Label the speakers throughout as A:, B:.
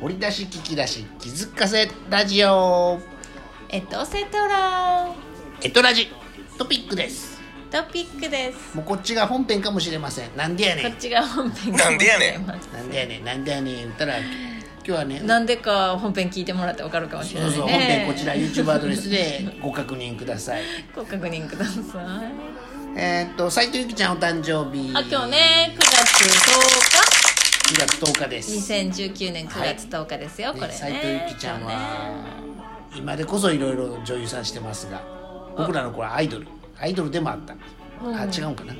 A: 掘り出し聞き出し気づかせラジオ
B: エトセトラ
A: エトラジトピックです
B: トピックです
A: もうこっちが本編かもしれませんなんでやね
B: こ
A: ん
B: っちが本編
C: なんでやねん
A: なんでやねんなんでやねん言ったら今日はね
B: なんでか本編聞いてもらってわかるかもしれ
A: そ
B: ないうね
A: そう本編こちら YouTube アドレスで ご確認ください
B: ご確認ください
A: えーっと斉藤由貴ちゃんお誕生日
B: あ今日ね9月
A: 2月10日です
B: 10日2019年9月10日ですよ、これね
A: 斉藤由貴ちゃんは今でこそいろいろ女優さんしてますが僕らの頃はアイドルアイドルでもあった、あ違うんかな、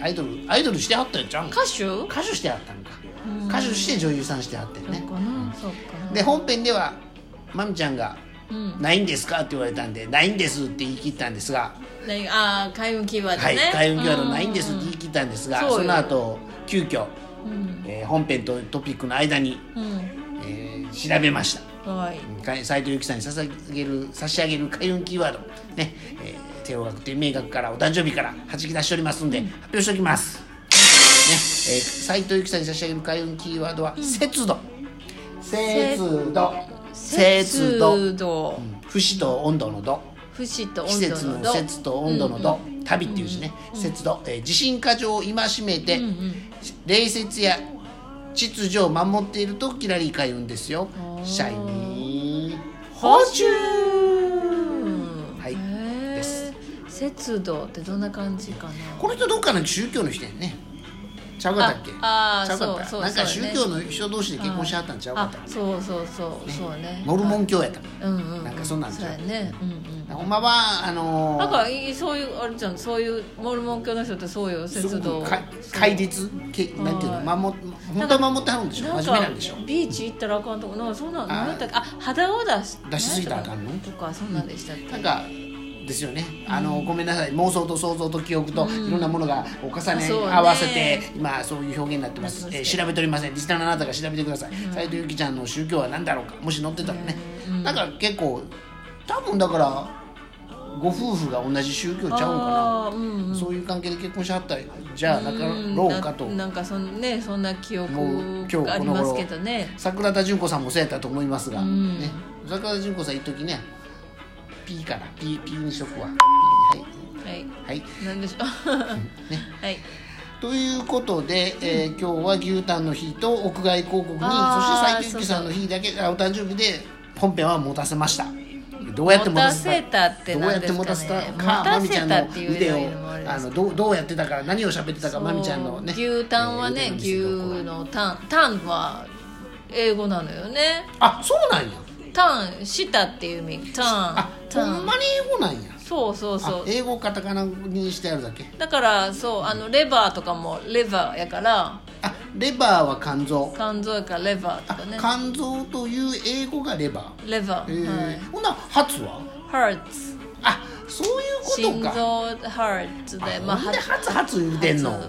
A: アイドルアイドルしてはったんちゃうん
B: 歌手そう
A: 歌手してはったんか、歌手して女優さんしてはったよね
B: かなそうかな
A: で本編ではまみちゃんが
B: うん
A: 「ないんですか?」って言われたんで「ないんです」って言い切ったんですが、
B: 何ああ開運キーワード
A: はい
B: ね、
A: 開運キーワード「ないんです」って言い切ったんですが、
B: そうよ
A: その後急遽、
B: うん
A: えー本編とトピックの間に、
B: うん、
A: えー調べました
B: うん、はい
A: 斉藤由貴さんに捧げる差し上げる開運キーワードね、えー、帝王学という名学からお誕生日からはじき出しておりますんで、発表しておきます、ねえー、斉藤由貴さんに差し上げる開運キーワードは「節度」節度節度
B: 節度
A: 不死と温度の度
B: 不死と
A: 季
B: 温
A: 節
B: 度の
A: の
B: 度
A: 節と温度の度、旅っていう字ね、節度、えー、地震過剰を戒めて、礼節や秩序を守っているとキラリ開運ですよシャイニー
B: 報酬
A: はいです
B: 節度ってどんな感じかな
A: この人どっかの宗教の人やんねちゃうかったっけ
B: ああー
A: ちゃうかった
B: そうそう
A: なんか
B: そ
A: 宗
B: うね
A: 教の人同士で結婚しはったんちゃうかった
B: あそうそうそうそうね
A: モルモン教やった
B: うんうんう
A: なんかそんなん
B: そ
A: ち
B: う
A: ゃう
B: やねうんうん
A: ほんまはあのー
B: なんかいいそういうあれじゃんそういうモルモン教の人ってそういう
A: す
B: 節
A: ご
B: 度
A: くか戒律けなんていう
B: は
A: の守本当は守ってはるんでしょ
B: なん
A: 真
B: か
A: 面目なんでしょ
B: ビーチ行ったらあかんとかなんかそんな
A: ー
B: ん何やったっけあ肌を出し
A: 出しすぎたらあかんの
B: とかそんなんでしたっけ
A: なんかですよねあの、ごめんなさい妄想と想像と記憶といろんなものがお重ね
B: そうね
A: 合わせて、今そういう表現になってます
B: なって
A: え
B: ま
A: ー
B: す
A: 調べておりませんリスナーのあなたが調べてください、斉藤由貴ちゃんの宗教は何だろうかもし載ってたらね、なんか結構多分だからご夫婦が同じ宗教ちゃうんか
B: あーうん
A: なそういう関係で結婚しはったらじゃあなかろうかと
B: ななんかそんねそんな記憶
A: もう今日
B: がありますけどね
A: 桜田淳子さんもそうやったと思いますが、
B: ん
A: ね、桜田淳子さん一時ね P から P, P にしとくわ P はい
B: はい
A: はい
B: なんでしょうはい
A: ということで、えー今日は牛タンの日と屋外広告にそして
B: あ
A: 斉
B: ー
A: 藤由貴さんの日だけあお誕生日で本編は持たせましたどうやって持たせ
B: 持たせたって
A: どうや
B: 何
A: っ
B: で
A: て
B: すかね
A: 持たせたか
B: 持たせた
A: まみちゃん
B: って
A: の
B: いう
A: 腕を
B: よりもあれです
A: あのどうどうやってたから何を喋ってたかまみちゃんのね
B: 牛タンは
A: え
B: ね
A: ー
B: 牛のタンタンは英語なのよね
A: あそうなんや
B: タンしたっていう意味タン
A: あほ
B: タ
A: ん
B: ン
A: まに英語なんや
B: そうそうそ
A: あ
B: う
A: 英語カタカナにしてあるだけ
B: だからそうあのレバーとかもレバーやから
A: あレバーは肝臓
B: 肝臓やからレバーと
A: あ
B: かね
A: 肝臓という英語がレバ
B: レバ
A: ー、え
B: ー、
A: ー
B: はい
A: ほんならハツは
B: Hearts
A: あそういうこ
B: 心
A: と
B: 臓
A: か
B: Hearts で
A: まあ、ほんでハツハツ言うてんの、
B: ハツ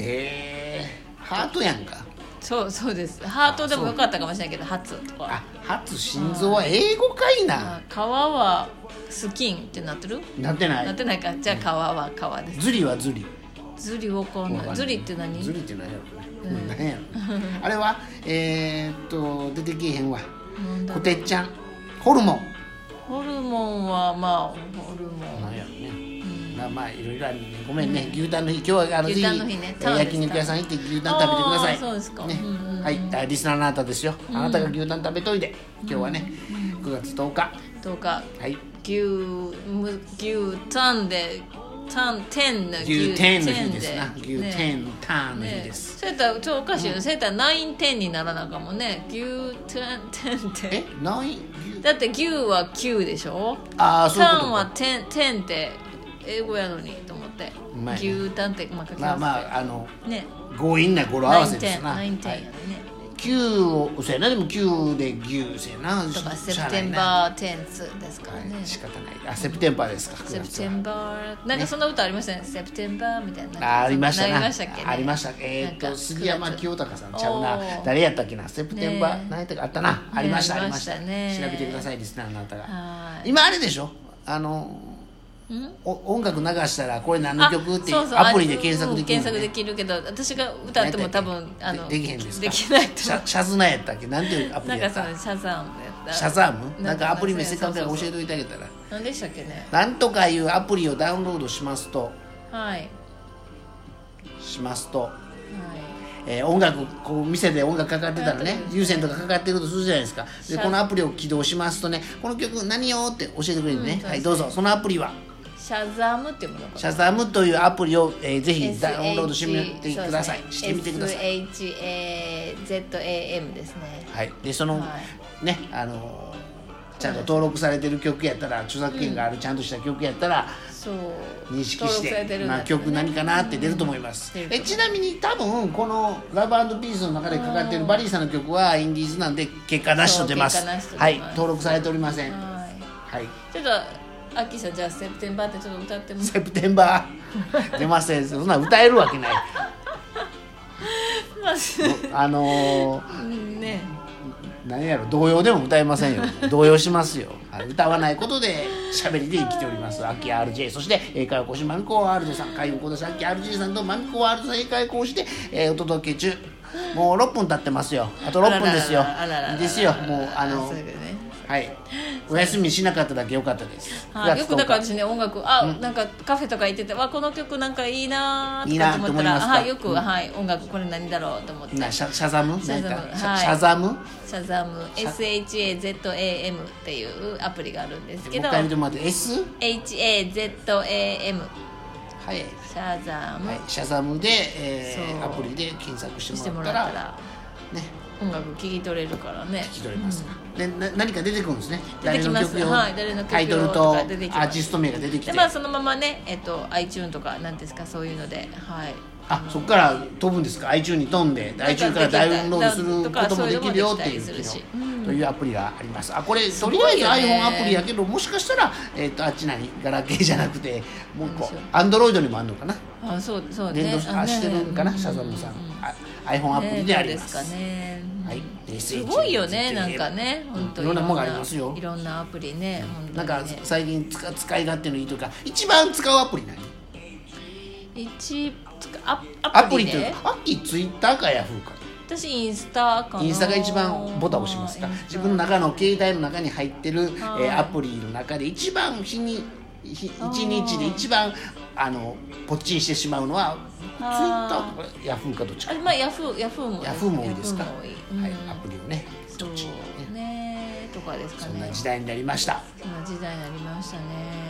A: へえハートやんか
B: そうそうですハートでもよかったかもしれないけどハツとか
A: あハツ心臓は英語かいな
B: あ皮はスキンってなってる
A: なってな
B: なっ
A: い
B: てないかじゃあ皮は皮です
A: ズリはズリ
B: ズリわかんないズリって何
A: ズリって何やろね、うん、何や ろあれはえー、っと出てけえへんわ
B: なんだ
A: こてっちゃんホルモン
B: ホルモンはまあホルモ
A: な
B: ン
A: んやろね、まあまあいろいろあるねごめんね、牛タンの日今日はあの
B: 牛タンの日ね
A: ぜひ
B: そうですか
A: 焼肉屋さん行って牛タン食べてください
B: あーそうですか
A: ね
B: うんうんうん
A: はいあリスナーのあなたですよ、あなたが牛タン食べといて今日はね、9月10日
B: とか
A: はい
B: 牛む牛タンでタンテンの
A: 牛天の日ですな
B: ね
A: 牛天のターンの日
B: ね
A: です、
B: そうやったらちょっとおかしいよねそうやったらナインテンにならなあかんもんね牛タンテンって
A: えない牛
B: だって牛は9でしょ
A: ああそういうこ
B: タ
A: と
B: ン
A: か
B: は10 10って英語やのにと思って
A: うまいね
B: 牛タンってまあ書き
A: まあ
B: ます
A: まああの
B: ね
A: 強引な語呂合わせですなは
B: 9-10 9-10や
A: い
B: ね
A: 9をそうやなでも9で牛せやな
B: とかセ
A: しゃあ
B: プ
A: な
B: テ
A: い
B: ン
A: な
B: バーテンツですからね、
A: はい仕方ないあセプテンバーですか
B: セ
A: 9
B: プ
A: 月
B: テ
A: は
B: ンバーなんかそんな歌ありましたね、セプテンバーみたいななんか
A: あありました
B: あ
A: な。
B: りましたっけ、ね、
A: ありました。えっ、
B: な
A: と
B: んか
A: 杉山清隆さんちゃう
B: お
A: な。
B: ー
A: 誰やったっけな。セプテンバー、
B: ねえ
A: 何やったっけあったな。ありました、
B: ねえ
A: ありました
B: ありましたね
A: 調べてくださいリスナーのあなたが。
B: はい
A: 今あれでしょ。あのお音楽流したらこれ何の曲って
B: あそうそう
A: アプリで検索
B: あ
A: で
B: うん
A: きるの
B: 検索で
A: ね
B: きるけど私が歌っても多分あの
A: でできへんですか
B: できないと
A: シ
B: 思
A: ャシャズナやったっけなんていうア
B: う
A: プ
B: なん
A: リや
B: か
A: っ
B: そ
A: た
B: のシャザームやった
A: シャザームなんかアプリ名せっかくやから
B: そう
A: 教
B: そう
A: えておいてあげたら
B: そう何でしたっけね
A: なんとかいうアプリをダウンロードしますと
B: はい
A: しますと、
B: は
A: えー音楽こう店で音楽かかってたらね
B: うん
A: 有線とかかかってるとするじゃないですか
B: シ
A: で
B: ャ
A: このアプリを起動しますとねこの曲何よって教えてくれるね、
B: うん
A: はいどうぞそのアプリはい
B: シャザームっていうものかな
A: シャザムというアプリを、えーぜひ
B: SH
A: ダウンロードしてみてください、
B: そうですね
A: してみてください、
B: SHAZAM ですね
A: はい、でその、
B: は
A: ねあのーちゃんと登録されてる曲やったら著作権があるちゃんとした曲やったら
B: そう
A: 認識
B: 登
A: し
B: 録さ
A: て
B: れるんだ
A: まあ、
B: ったらね
A: 曲何かなって出ると思います、
B: うん
A: えちなみに多分この「ラブピースの中でかかってるバリーさんの曲はインディーズなんで結果なしと出ます
B: そう結果な
A: は
B: しと出
A: い
B: ます
A: 登録されておりません、
B: は
A: はい
B: いちょっとアッキーさんじゃあ「セプテンバー」ってちょっと歌っても
A: セプテンバー出ませんそんなん歌えるわけない
B: らいます
A: あのー、
B: ね
A: 何やろ童謡でも歌えませ んよ動揺しますよはい歌わないことで喋りで生きております秋 RJ そして英会話講師まみこ RJ さん海運講師秋 RJ さんとまみこ RJ さん英会話講師で、えーお届け中もう6分経ってますよあと6分ですよ
B: あらららら
A: いいですよもうあの
B: そうだよね
A: はいお休みしなかっただけ良かったです
B: はいよくだから
A: 9
B: 私ね音楽あ、なんかカフェとか行っててわこの曲なんかいいなー
A: いいなー
B: とか
A: と思
B: 思っ
A: い
B: た
A: ます
B: ら
A: か
B: はいよく、
A: うん
B: はい音楽これ何だろうと思って
A: なシャシャザム
B: シャザム
A: なんかシャ,、
B: はい
A: ザムも
B: シャザム SHAZAM っていうアプリがあるんです
A: う
B: け
A: 一
B: ど
A: 回見てもらって S?
B: HAZAM
A: はい
B: シャザーム、
A: はい、シャザムで、えー
B: そう
A: アプリで検索し
B: して
A: ても
B: も
A: ら
B: ら
A: っ
B: った
A: ら
B: たら
A: ね
B: 音楽聴き取れるからね
A: 聞き取れます、でな何か出てくるんですね
B: 出てきます
A: 誰の曲を
B: はい誰の曲を
A: タイトル
B: と
A: とア
B: か
A: ー
B: 出
A: テ
B: てきます
A: ィスト名が出てきて
B: でまあそのままね、えっと、iTune とかなんですかそういうのではい
A: あそこから飛ぶんですか iTunes に飛んで iTunes からダウンロードすることもできるよっていう機
B: とかそういうのもできたりするし
A: 能というアプリがありますあこれと
B: ごい
A: り
B: よ
A: あえ
B: ね
A: ず iPhone アプリやけどもしかしたら、えっとあっちなにガラケーじゃなくてもう一個
B: そう
A: Android にもあるのかな
B: あそうそうね
A: 連動し,、
B: あ
A: あ
B: ね
A: してるんかな、シャザ
B: う
A: ムさん、
B: う
A: あ iPhone アプリであります,、
B: ねどうですかね
A: はい
B: すごいよねなんかね本当
A: いろんなものがありますよ
B: いろんなアプリね本当に
A: な
B: ね
A: んか最近使使い勝手のいいというか一番使うアプリ何
B: 一つかア
A: ア
B: ア
A: プ
B: プ
A: リ
B: リ
A: という
B: で
A: かアッキーツイッターかヤフーか
B: 私インスタかな
A: インスタが一番ボタン押しますか
B: インスタ
A: 自分の中の携帯の中に入ってる、え
B: はい
A: ーアプリの中で一番日に日
B: あー
A: 一日で一番あのポッチンしてしまうのはツイッタ
B: あ
A: ーとかヤフーかどっちか
B: あまあヤフーヤフーも
A: ヤフーも多いですか
B: ヤフーも多いうん
A: はい、アプリをねちょっち
B: そ
A: ね
B: うねとかですか
A: そんな
B: ね
A: 時代になりました
B: そんな時代になりましたね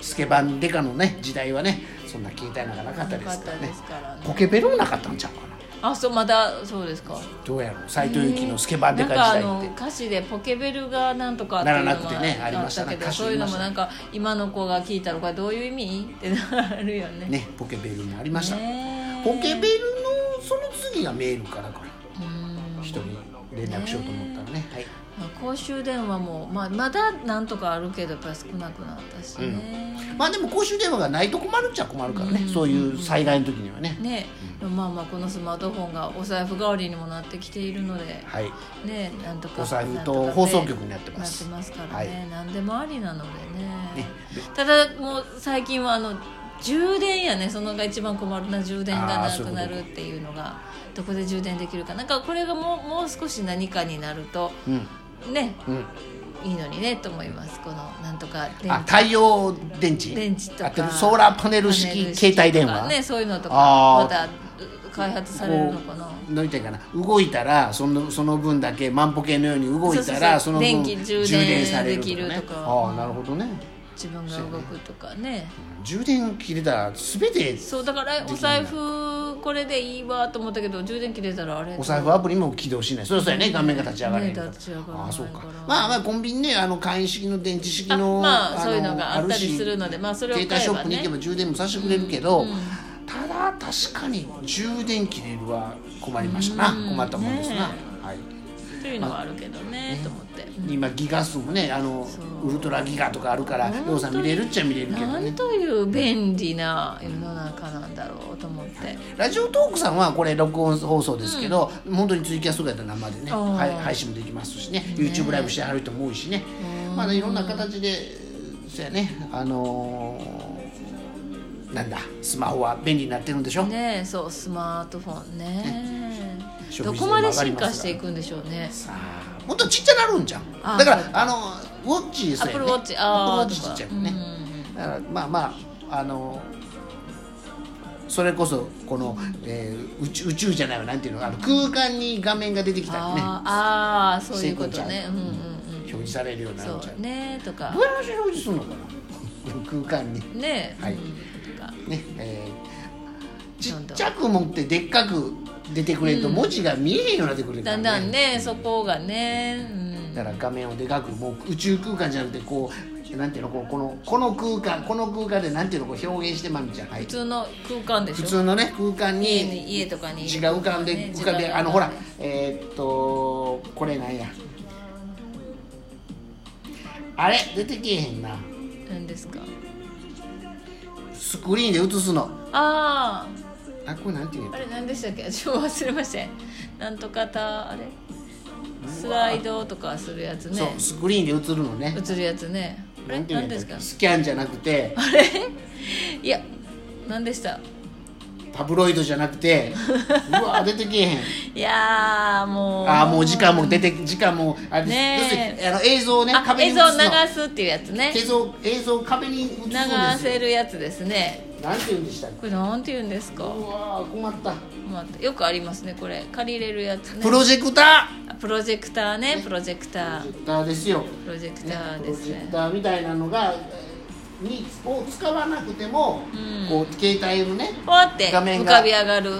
A: スケバンデカのね時代はねそんな携帯なんかなかったですから
B: なかった
A: ね
B: ですからね
A: ポケベルもなかったんちゃうかな
B: あそうまだそうですか
A: どうやろう斎藤由貴のスケバンデ
B: なん
A: カ時
B: かあ
A: 代って
B: の歌詞でポケベルがなんとかっていうの
A: ならなくてねあり
B: があ
A: ま
B: っ
A: した
B: た
A: ね
B: けど
A: 歌詞
B: そう
A: あ
B: いう
A: りまし
B: の
A: た
B: もなんか今の子が聞いたらこれどういう意味ってなるよね
A: ねポケベルもありました、
B: ね
A: ポケベルのその次がメールからかな
B: うん
A: 人に連絡しようと思ったらねはい、
B: まあ公衆電話も、まあ、まだなんとかあるけどやっぱり少なくなったしね、
A: まあでも公衆電話がないと困るっちゃ困るからね、そういう災害の時にはね
B: ねでもまあまあこのスマートフォンがお財布代わりにもなってきているので、
A: はい
B: ねなんとか
A: お財布
B: なん
A: と
B: かね
A: 放送局になってます
B: なってますから
A: は
B: ね、
A: い
B: 何でもありなのでね
A: ね
B: ただもう最近はあの充電やねそのが一番困るな充電が
A: あー
B: な
A: そうい
B: く
A: うこと
B: な
A: か
B: るっていうのがどこで充電できるかなんかこれがもうもう少し何かになると
A: うん
B: ね
A: うん
B: いいのにねと思いますこのなんとか電
A: あ太陽電池
B: 電池と
A: あって
B: か
A: るソーラーパネル式携帯電
B: とか
A: 話、
B: ねそういうのとか
A: あー
B: また開発されるのかな
A: なんていうかな動いたらそのその分だけ万歩計のように動いたらそ
B: そうそうそう
A: の分
B: 電気充電できるとか
A: ああなるほどね
B: 自分が動くとかね
A: 充電切れたら全て
B: そうだからお財布これでいいわと思ったけど充電切れたらあれ
A: お財布アプリも起動しないそうそうやね画面が立ち上がれへんから、
B: ね立ち上がらない
A: ああそうか
B: から
A: まあまあコンビニねあの簡易式の電池式
B: あ
A: の
B: まあ
A: の
B: そういうのがあったり
A: るし
B: するのでまあそれを買えば
A: 携帯ショ
B: ね
A: ップに行けば充電もさせてくれるけど、ただ確かに充電切れるは困りましたな、困ったもんですな、
B: ね
A: はい
B: というのはあるけどねと思って
A: 今ギガ数もねあの
B: そう
A: ウルトラギガとかあるからようさん見れるっちゃ見れるけど
B: な
A: ね
B: んという便利な世の中なんだろうと思って
A: ラジオトークさんはこれ録音放送ですけど、本当にツイキャスとかやったら生でね、
B: あー
A: はい、配信もできますしね YouTube ライブしてはる人も多いしねまあねいろんな形でえーそうやねあのーなんだスマホは便利になってるんでしょ、
B: ねえそうスマートフォンね
A: 消
B: ど
A: 費
B: こ
A: 税
B: ま
A: も
B: で
A: 上がり
B: 進
A: ますから
B: 化していくんでしょうね
A: さあもっとちっちゃなるんじゃん
B: あ
A: だか
B: そ
A: らあのウォッチ
B: ア
A: そう
B: ッ
A: や
B: プル
A: ね
B: ウォッチあ
A: ア
B: あ
A: ップルウォッチちっちゃいもんね、だからまあまああのそれこそこの、えー宇宙宇宙じゃないわなんていうのあの空間に画面が出てきたりね
B: あーあーそういうことね
A: 成
B: うんうん
A: 表示されるようにな
B: う
A: る
B: ん
A: んちゃ
B: そううねとか
A: どうやって表示するのかな空間に
B: ねえ、
A: はい
B: うんとか
A: ねえーち
B: どん
A: っ
B: どん
A: ちゃく持ってでっかく出てくれると文字が見えへんようになってくれるから
B: だんだんねそこがね、うん、
A: だから画面をでかくもう宇宙空間じゃなくてこうなんていうのこうこのこの空間この空間でなんていうのこう表現してまみちゃん、はい
B: 普、通の空間でし
A: 普
B: ょ
A: 通のね空間
B: 家
A: に
B: に家とかに
A: 字が浮かんで
B: ね
A: 浮かん
B: 字
A: で
B: が
A: あのほらえーっとこれなんやあれ出てけえへんな
B: 何ですか
A: スクリーンで映すの
B: あ
A: あこれなんていう
B: あ
A: の
B: あれ何でしたっけ ちょっと忘れましたなんとかたあれスライドとかするやつね
A: そうスクリーンで映るのね
B: 映るやつねあれ
A: なんていうんや
B: 何で
A: っ
B: す
A: た
B: か
A: っけスキャンじゃなく て
B: あれいや何でした
A: タブロイドじゃなく てうわ出てけえへん
B: いやーもう
A: ああもう時間も出て時間もあれ、
B: ね
A: 要す
B: え
A: るにあの映像をね
B: あ
A: 壁に
B: 映
A: 映
B: 像
A: すの
B: 流すっていうやつね
A: 映像映像を壁に映すんで
B: 流
A: すよ
B: せるやつですね
A: なんていうんでしたっ
B: これなんて言うんですか
A: けうわー困った
B: まあ、よくありますねこれ借りれるやつね
A: プロジェクター
B: あプロジェクターねプロジェクタ
A: プロジェクター
B: ー
A: ですよ
B: プロジェクタ
A: ね
B: ー
A: プ
B: で
A: ロ
B: す
A: ジェ
B: ね
A: クターみたいなのがえーにを使わなくても、
B: うん
A: こう携帯のね
B: ポワって
A: 画面
B: 浮
A: が
B: かび上がる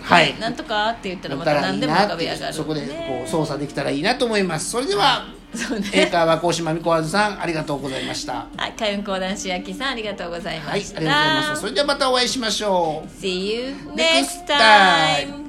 A: はい
B: なんとかって言ったら
A: だ
B: ま
A: ったたらい
B: 何
A: い
B: でも浮
A: な
B: か
A: っ
B: び
A: て
B: 上がる
A: そこでこ
B: ね
A: う操作できたらいいなと思いますそれでは
B: そう
A: 英
B: ね
A: 会話講師まみこあずさんありがとうございましたはい
B: はい海運講談師あきさんありがとうござい
A: あ
B: ま
A: りが
B: し
A: と
B: た、
A: うございましたそれではまたお会いしましょう
B: See you
A: Next
B: next time